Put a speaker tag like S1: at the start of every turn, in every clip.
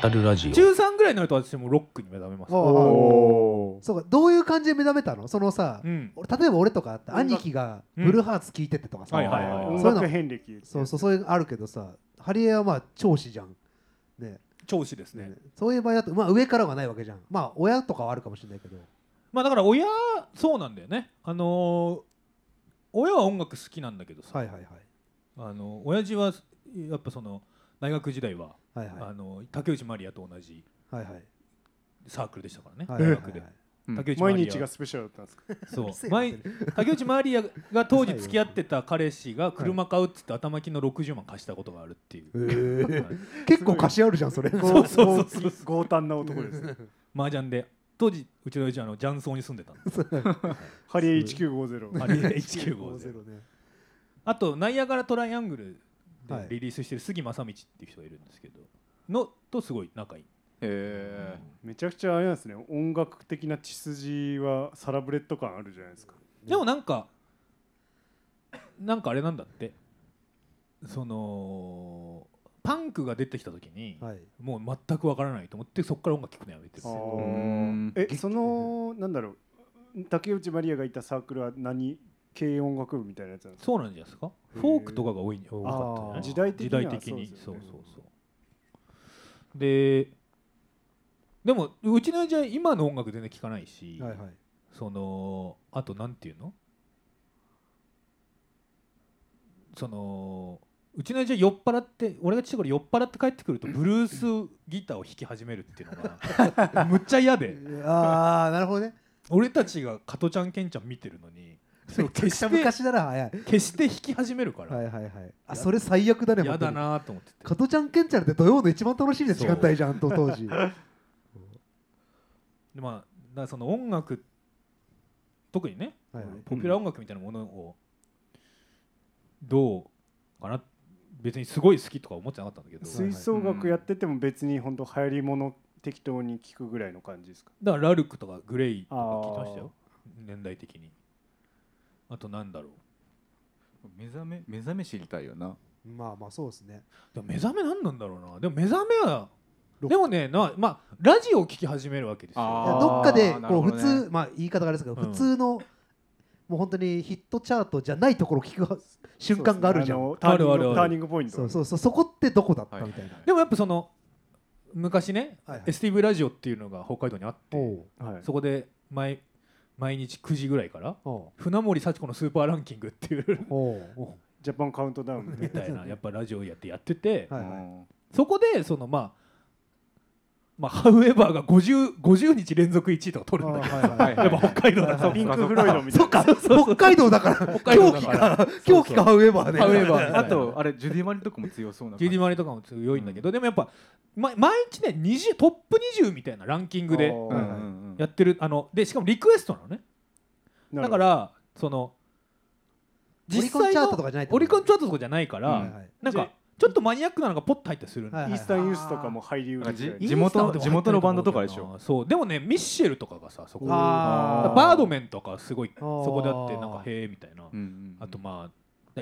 S1: たるラジオ
S2: 中3ぐらいになると私もロックに目覚めました
S3: お
S4: お
S3: そうかどういう感じで目覚めたのそのさ、
S2: うん
S3: 俺例えば俺とかって兄貴がブルーハーツ聴いててとかさ、
S2: うんはいはい
S4: ー
S2: はい
S4: 音
S3: そういうの
S4: 楽遍歴
S3: そうそうそういうのあるけどさハリエはまあ長子じゃんね
S2: 調子です
S3: ね
S2: ね
S3: そういう場合だと、まあ、上からはないわけじゃんまあ親とかはあるかもしれないけど
S2: まあだから親そうなんだよねあのー親は音楽好きなんだけどさ、
S3: はいはいはい
S2: あの親父はやっぱその大学時代は、
S3: はいはい
S2: あの竹内まりやと同じ
S3: はいはい
S2: サークルでしたからね、
S3: はいは
S2: 大
S3: いはい
S2: 学で、
S4: うん
S2: 竹内ま
S4: 毎
S2: りや
S4: 日がスペシャルだったんですか
S2: そう
S3: うるせえな
S2: 毎竹内まりやが当時付き合ってた彼氏が車買うっつって頭金の60万貸したことがあるっていう、
S3: へえ結構貸しあるじゃんそれ
S2: そうそうそう
S4: 豪豪胆な男です ね
S2: 麻雀で当時うちの親父はあの雀荘に住んでたんです
S4: ハリエ1950
S2: あれ1950
S3: ね
S2: あと「ナイアガラトライアングル」
S3: は
S2: でリ
S3: い
S2: リースしてる杉正道っていう人がいるんですけどのとすごい仲いい
S5: え
S4: めちゃくちゃあれなんですね音楽的な血筋はサラブレッド感あるじゃないですか
S2: でもなんかなんかあれなんだってそのパンクが出てきた時に、
S3: はい
S2: もう全くわからないと思ってそこから音楽聴くのやめてる
S4: あー
S5: うん
S4: えそのなんだろう竹内まりやがいたサークルは何軽音楽部みたいなやつなんですか
S2: そうなんじゃないですか
S4: へー
S2: フォークとかが多い多かったんじゃな
S3: あー
S2: い
S4: 時代的には
S2: 時代的に
S4: そ
S2: そうう
S4: ですよね
S2: そうそうででもうちの親父は今の音楽全然聴かないし、
S3: はいはい
S2: そのあとなんていうのそのうちの親父は酔っ払って俺がちっちゃい頃酔っ払って帰ってく るとブルースギターを弾き始めるっていうのが むっちゃ嫌で
S3: ああなるほどね
S2: 俺たちが加トちゃんケンちゃん見てるのにそれを消
S3: めちゃ
S2: して
S3: 昔なら早い
S2: 消して弾き始めるから
S3: はいはいはいあそれ最悪だね
S2: 嫌だ
S3: 本
S2: なと思ってて
S3: 当に加トちゃんケンちゃんって土曜の一番楽しいね時
S2: そう
S3: 間帯じゃんと当時
S2: でまあだからその音楽特にね
S3: はいはい
S2: ポピュラー音楽みたいなものをどうかな別にすごい好きとか思ってなかったんだけど
S4: 吹奏楽やってても別に本当流行りもの適当に聞くぐらいの感じですか
S2: だからラルクとかグレイとか聞いてましたよ年代的にあとなんだろう
S5: 目覚め目覚め知りたいよな
S3: まあまあそうですね
S2: でも目覚め何なんだろうなでも目覚めは
S3: ロック
S2: でもねなまあラジオを聞き始めるわけです
S5: あ
S3: いや
S5: ー
S2: よ
S3: どっかで
S5: なる
S3: こう
S5: ほ
S3: 普
S5: どね
S3: 通まあ言い方があれですけど
S2: うん
S3: 普通のもう本当にヒットチャートじゃないところを聞く瞬間があるじゃん
S4: そうですねあのターニング
S2: あるあるある
S4: ターニングポイント
S3: そうそうそうそこってどこだったみたいな
S2: でもやっぱその昔ね、
S3: はいはい
S2: STV ラジオっていうのが北海道にあって
S3: おう
S4: はい
S2: そこで毎毎日9時ぐらいから
S3: おう
S2: 船森幸子のスーパーランキングっていう
S3: おうお
S4: ジャパンカウントダウンみた
S2: みた
S4: い
S2: い なやっぱラジオやってやってて、
S3: うはいはい
S2: そこでそのまあまあ、ハウエバーが 50, 50日連続1位とか取るんだけど、
S3: はい はい
S5: は
S2: や
S5: い
S2: っぱ北海道だ
S3: はいは
S2: と
S3: い
S4: ピンク・フロイドみたい
S3: そっ
S4: な
S3: か北海道だから
S2: 北海
S3: 狂
S2: 道だ
S3: 気
S2: から
S3: か狂気かハウエバーね
S2: ハウエバーみたいな
S5: あとあれジュディマリとかも強そうな
S2: ジュディ・マリとかも強いんだけど、でもやっぱ、ま、毎日ね20トップ20みたいなランキングで
S4: あー
S5: うん
S4: な
S5: う
S4: る
S5: ん
S4: ほ
S5: うん
S2: やってるあのでしかもリクエストなのね
S4: ど
S2: だからその
S3: オリコンチャートとかじゃないってこと
S2: オリコンチャートとかじゃないから、
S3: はいはい
S2: なん
S4: じゃあ
S2: かちょっとマニアックなのがポッと入ったりするの
S3: はいはい
S4: イースタンユースとかも入りうる
S5: なんかじ
S4: ぐらい
S2: イン
S5: 地
S2: スタ
S5: 元
S2: でも入ってる
S5: 地元のバンドとかでし
S2: と思う
S5: ょ
S2: けどなそうでもねミッシェルとかがさそこ
S3: あ
S5: ー
S2: バードメンとかすごい
S3: あー
S2: そこであってなんかへえみたいな、
S5: うんうん
S2: あとまあ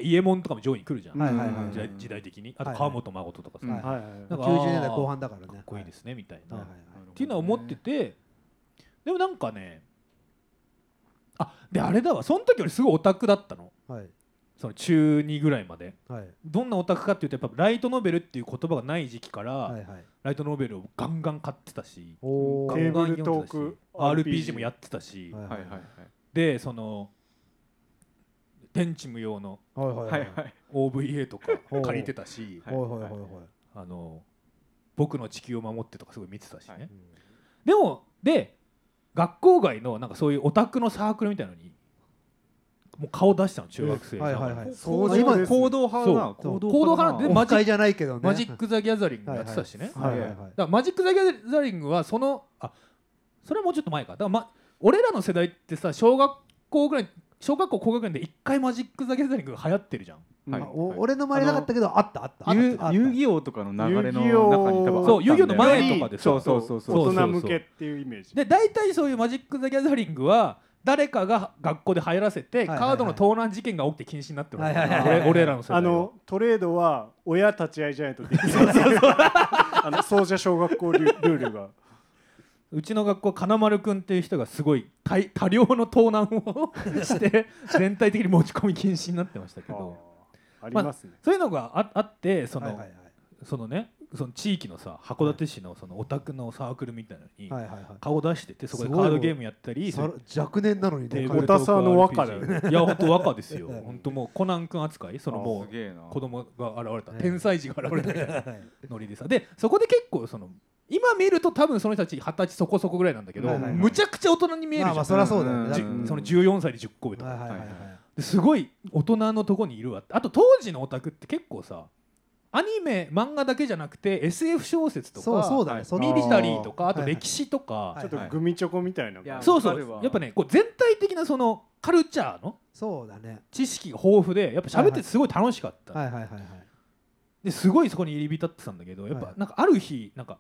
S2: 伊右衛門とかも上位に来るじゃん、
S3: はいはいはい
S2: 時代時代的にあと川本誠とかさ、
S5: はいはい
S4: はいはい
S2: なんか
S3: 90年代後半だからね
S2: かっこいいですねみたいな、
S3: はいはい
S2: っ
S3: はい
S2: ていうのは思ってて、でもなんかねあであれだわその時俺すごいオタクだったの
S3: はい
S2: その中2ぐらいまで
S3: はい
S2: どんなオタクかっていうとやっぱライトノベルっていう言葉がない時期から、
S3: はいはい
S2: ライトノベルをガンガン買ってたし
S3: お
S2: ガ
S3: ー
S4: テ
S2: ン
S4: ー
S2: ガ
S4: ブ
S2: ン
S4: ル
S2: 読んで
S4: トー
S2: たし
S4: ク
S2: RPG もやってたし、
S3: はい
S5: はいはい
S2: でその天地無用の
S3: はいはい
S5: は
S3: はいい
S5: はい
S2: OVA とか
S3: ほう
S2: 借りてたし、
S5: はい
S3: はいはいはいはい
S2: あの僕の地球を守ってとかすごい見てたしね、
S5: はい
S3: うん
S2: でもで学校外のなんかそういうオタクのサークルみたいのにもう顔出したの中学生
S3: はいはいはい
S4: そう
S3: あ今
S4: です
S5: 行動派な
S3: そう
S2: 行動派なんで
S3: オフ会じゃないけどね
S2: マジック・ザ・ギャザリングやってたしね、だか
S3: はいはいはい
S2: らマジック・ザ・ギャザリングはそのあそれはもうちょっと前かだから、ま、俺らの世代ってさ小学校ぐらい小学校高学年で一回マジック・ザ・ギャザリングが流行ってるじゃん
S4: はい
S3: まあお俺の周りなかったけどあったあったあっ
S5: 遊
S3: たあった
S5: 遊戯王とかの流れの
S4: 遊戯王
S5: 中に多分あったんだよね
S2: そう遊戯王の前とかでさ
S5: そうそうそうそう
S2: そう
S4: 大人向けっていうイメージ
S2: で大体そういうマジック・ザ・ギャザリングは誰かが学校で流行らせて
S3: いはいはい
S2: カードの盗難事件が起きて禁止になってるわけ
S3: はいはい
S4: はいはい
S2: 俺俺らの世代は
S4: あのトレードは親立ち会いじゃないとできない あの総社小学校ルルールが
S2: うちの学校金丸君っていう人がすごい多多量の盗難を して全体的に持ち込み禁止になってましたけ
S4: あ
S2: ど
S4: ーありますね、
S2: そういうのがああってその,、
S3: はいはいは
S2: そのねその地域のさ函館市のそのオタクのサークルみたいなのに
S3: いはいはいは
S2: 顔出しててそこですカ
S3: ごい
S2: ードゲームやった
S3: い
S2: り
S3: さ若年なのに
S2: テ
S3: ね
S2: ー
S4: ブ
S2: ブル
S4: ルトーク RPG
S2: トーク RPG
S4: の若だよね
S2: いや本当若です よ
S3: うん
S2: 本当もうコナン君扱いそのも
S5: す
S2: う
S5: げえな
S2: 子供が現れた
S3: ね
S2: 天才児が現れたみたいな
S3: はい
S2: ノリでさでそこで結構その今見ると多分その人たち二十歳そこそこぐらいなんだけど、
S3: はいはいはい
S2: むちゃくちゃ大人に見えるじゃ
S3: まあ
S2: ん、
S3: まあそりゃそうだよね
S5: うん
S3: だっ
S2: じ
S3: て
S5: う
S2: その14歳で10個上とか、
S3: はいはいはいはい
S2: ですごい大人のとこにいるわってあと当時のオタクって結構さアニメ漫画だけじゃなくて SF 小説とか
S3: そうそうだねそ
S2: ミ
S3: の
S2: リタリーとか
S3: あー
S2: あと歴史とか、
S3: はい
S4: ちょっとグミチョコみたいな、
S5: いや
S2: そうそ
S5: わかる
S2: う
S5: わ
S2: やっぱねこう全体的なそのカルチャーの
S3: そうだね
S2: 知識が豊富でやっぱ喋っててすごい楽しかった、
S3: はいはいはいはい
S2: ですごいそこに入り浸ってたんだけどやっ
S3: は
S2: ぱ
S3: い
S2: なんかある日なんか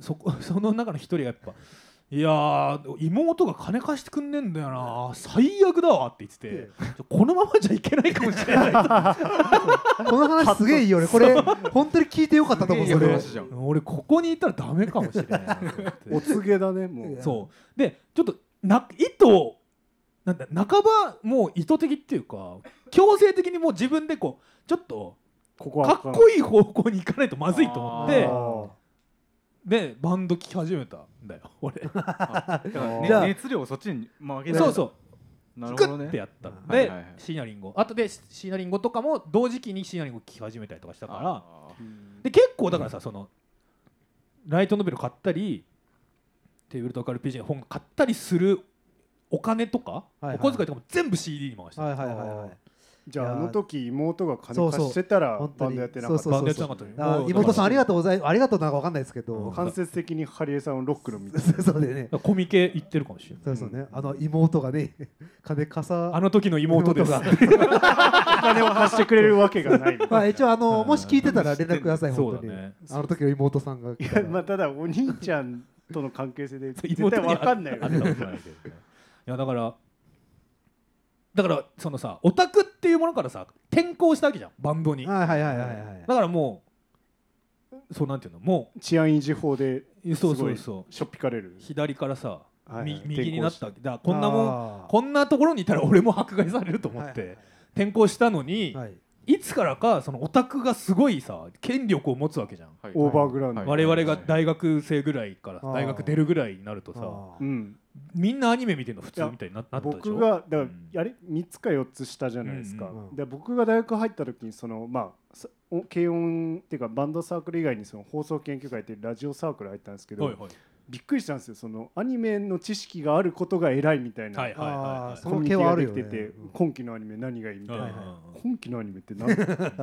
S2: そこ その中の一人がやっぱ「いやー妹が金貸してくんねえんだよな最悪だわ」って言っててちょこのままじゃいけないかもしれない
S3: この話すげえいいよねこれ本当に聞いてよかったと思う
S5: すげ
S3: そ
S5: えいい
S3: れ
S5: 話
S3: は
S5: じゃん
S2: 俺ここにいたらダメかもしれないなと思っ
S4: お
S2: て
S4: 告げだねもう
S2: そうでちょっとな意図をなんだ半ばもう意図的っていうか強制的にもう自分でこうちょっと
S4: ここは
S2: かっこいい方向に行かないとまずいと思っ
S5: いい
S2: て
S5: あ
S2: でバンド聴き始めたんだよ俺
S5: だから
S3: じゃあ
S5: ね熱量をそっちに負けない
S2: そうそう
S5: うなる
S2: グ
S5: ほど
S2: ッて
S5: ね
S2: やったん
S5: はい
S2: で
S5: はいはい
S2: 椎名林檎あとで椎名林檎とかも同時期に椎名林檎聴き始めたりとかしたから
S5: あ
S2: で結構だからさそのライトノベル買ったりテーブルとか RPG の本買ったりするお金とか
S3: いはい
S2: お小遣いとかも全部 CD に回して
S3: はいはいはいはい
S4: じゃ
S3: い
S4: あ
S3: や
S4: あ
S3: ー
S4: の時妹が
S3: そ
S4: 金
S3: うそう
S4: 貸してたら
S3: 本当
S4: バ
S3: に
S4: ンドやってなかった
S3: そうそ
S2: バ
S3: う
S2: ンドやってなかった
S3: あー
S2: よもう
S3: 妹さんありが
S2: と
S3: とうございありがとうなんかわかんないですけ
S2: う
S3: ど
S2: ん
S4: 間接的にハリエさんをロックのみたいな
S3: そうそうだよね
S2: うコミケ行ってるかもしれない
S3: そうそうねあの妹がね金かさ
S2: あの時の妹です
S3: 妹
S4: お金を貸してくれるわけがない
S3: まあ一応あの
S2: うん
S3: もし聞いてたら連絡ください
S2: そう
S3: 本
S2: だ
S3: 当に
S2: ね
S3: あの時の妹さんが
S4: い
S3: 来た
S4: や
S3: ら
S4: まあただお兄ちゃんとの関係性で絶
S2: 妹
S4: 対
S2: に
S4: わかんないよ
S2: 会ったことないけどねいやだからだからそのさオタクっていうものからさ転向したわけじゃんバンドに
S3: はいはいはいはいはい
S2: だからもうそうなんていうのも
S4: 治安維持法で
S2: うそうそうそ
S4: しょっぴかれる
S2: う左からさ、
S4: はいはい
S2: み右になったわけだからこんなもん
S3: も
S2: こんなところにいたら俺も迫害されると思って、転校したのに、
S3: はい
S2: い、つからかそのオタクがすごいさ権力を持つわけじゃん、
S5: はい
S4: オーバーグラウンド、
S5: はい
S2: 我々が大学生ぐらいから
S3: あー
S2: 大学出るぐらいになると
S3: あ
S2: さ
S3: ー
S4: うん、
S2: みんなアニメ見てるの普通みたいにななったでしょ
S4: 僕がだから、
S2: うん
S4: あれ3つか4つ下じゃないです
S3: う
S4: か、
S3: んうんうん
S4: で僕が大学入った時にそのまあさお軽音っていうかバンドサークル以外にその放送研究会っていうラジオサークル入ったんですけど、
S2: はいはい
S4: びっくりしたんですよそのアニメの知識があることが偉いみたいな、
S2: はいはいはいはい
S3: あー
S4: コミュニティができて
S3: そ
S4: て、
S3: の気はあるよねうん
S4: 今期のアニメ何がいいみたいな、
S3: はいはい
S4: 今期のアニメって何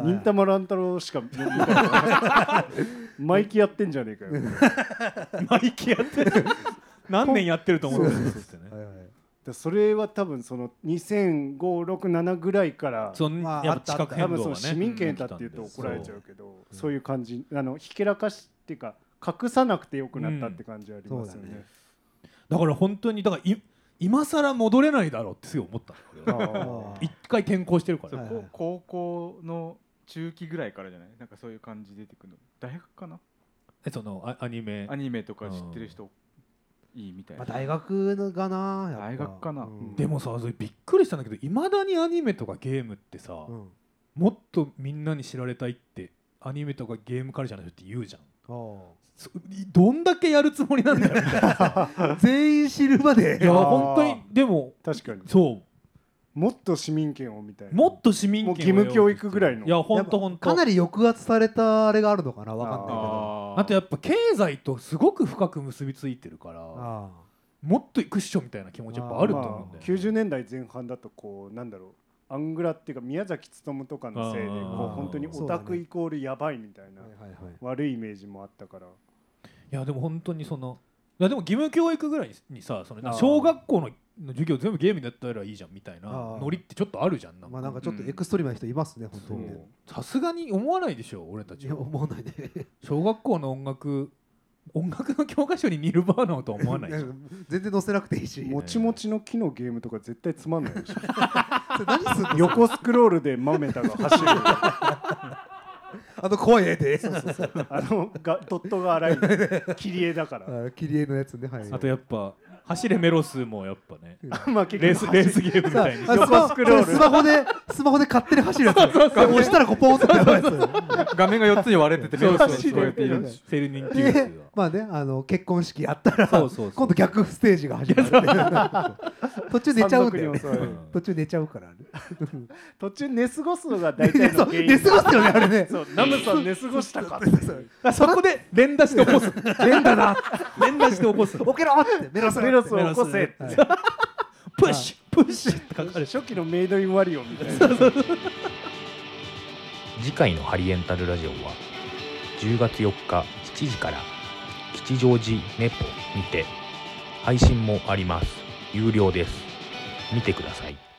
S4: 忍たま乱太郎しか見たことないマイキやってんじゃねえかよ
S2: マイキやってる何年やってると思うんですよってね
S3: はいはい
S4: だそれは多分その20567ぐらいから
S2: その
S3: まあ
S2: やっぱ地殻
S4: 多
S2: 変
S4: 分
S2: 動
S4: そ
S2: がね
S4: の市民権だって言うと
S2: うん
S4: 怒られちゃうけど、
S3: そう
S4: そういう感じあのひけらかしっていうか隠さなくてよくなったって感じありますよ
S3: うんそうだ
S4: ね
S3: ね。
S2: だから本当にだからい今更戻れないだろうってすごい思ったの俺は
S4: あ
S2: 一回転校してるか
S5: そう
S2: ら
S3: はい
S5: こう高校の中期ぐらいからじゃないなんかそういう感じ出てくるの大学かな
S2: えそのあアニメ
S5: アニメとか知ってる人いいみたい
S3: まあ
S5: な
S3: 大学のがなやっぱ
S5: 大学かな
S3: うん
S2: でもさそれびっくりしたんだけどいまだにアニメとかゲームってさ、
S3: うん
S2: もっとみんなに知られたいってアニメとかゲームカルチャーの人って言うじゃん
S3: あ
S2: そどんだけやるつもりなんだよみたい な
S3: ー全員知る まで
S2: いや
S4: あー
S2: 本当にでも
S4: 確かに
S2: そ
S4: もっと市民権をみたいうな
S2: もっと市民権
S4: もう義務教育ぐらいの
S2: いや本当本当
S3: かなり抑圧されたあれがあるのかなわかんないけど
S5: あー
S2: あとやっぱ経済とすごく深く結びついてるから
S3: あ
S2: もっとクッションみたいな気持ちやっぱあると思うんだよ、ね
S4: まあ、90年代前半だとこうなんだろうアングラっていうか宮崎努とかのせいでこ
S2: あ
S4: う
S2: ー
S4: 本当にオタクイコールやばいみたい
S3: ー
S4: な、
S3: はいはいはい
S4: 悪いイメージもあったから
S2: いやでも本当にそのいやでも義務教育ぐらいにさその
S4: あー
S2: 小学校の授業全部ゲームだったらいいじゃんみたいな
S3: あー
S2: ノリってちょっとあるじゃんなんか
S3: まあなんかちょっとエクストリームな人いますね本当にね
S4: そう
S2: さすがに思わないでしょ俺た
S3: い
S2: ち
S3: や
S2: は
S3: 思わないね
S2: 小学校の音楽音楽の教科書にニルバーナをとは思わ ないじゃん
S3: 全然載せなくていいし
S4: もちもちの木のゲームとか絶対つまんないでしょ
S3: それ何すんの
S4: 横スクロールでマメタが走る
S1: あの怖い絵で
S4: そうそうそうあのがドットが荒い切り絵だから
S1: あ切り絵のやつねはい
S2: あとやっぱ走れメロスもやっぱね
S4: まあ結
S2: レースレースゲームみ
S3: さあ
S2: たいに
S3: あスマこれスマホでスマホで勝手に走るやつ押したらこうポンってやばいやつ
S5: 画面が4つに割れてて、目
S2: そう
S5: が
S2: そう
S5: こうやっているんです。
S2: セルニンキュー
S3: で
S2: スは
S3: まあねあの結婚式やったら
S2: そうそうそ
S3: 今
S2: う
S3: 度逆ステージが始まるっていう途 中寝ちゃうんだよね
S4: 山賊に襲われる
S3: 途中寝ちゃうからね
S4: 途中寝過ごすのが大体の
S3: そう
S4: 原因
S3: 寝過ごすよねあれね
S4: そうナムさん寝過ごしたかって
S2: あそこで連打して起こす連打だ連打して起こす
S3: 起きろってメロス
S4: メロスを起こせって
S3: はい
S2: プッシュプッシュってかかる
S4: 初期のメイドインワリオンみたいな
S6: 次回のハリエンタルラジオは10月4日7時から吉祥寺ネポにて配信もあります有料です見てください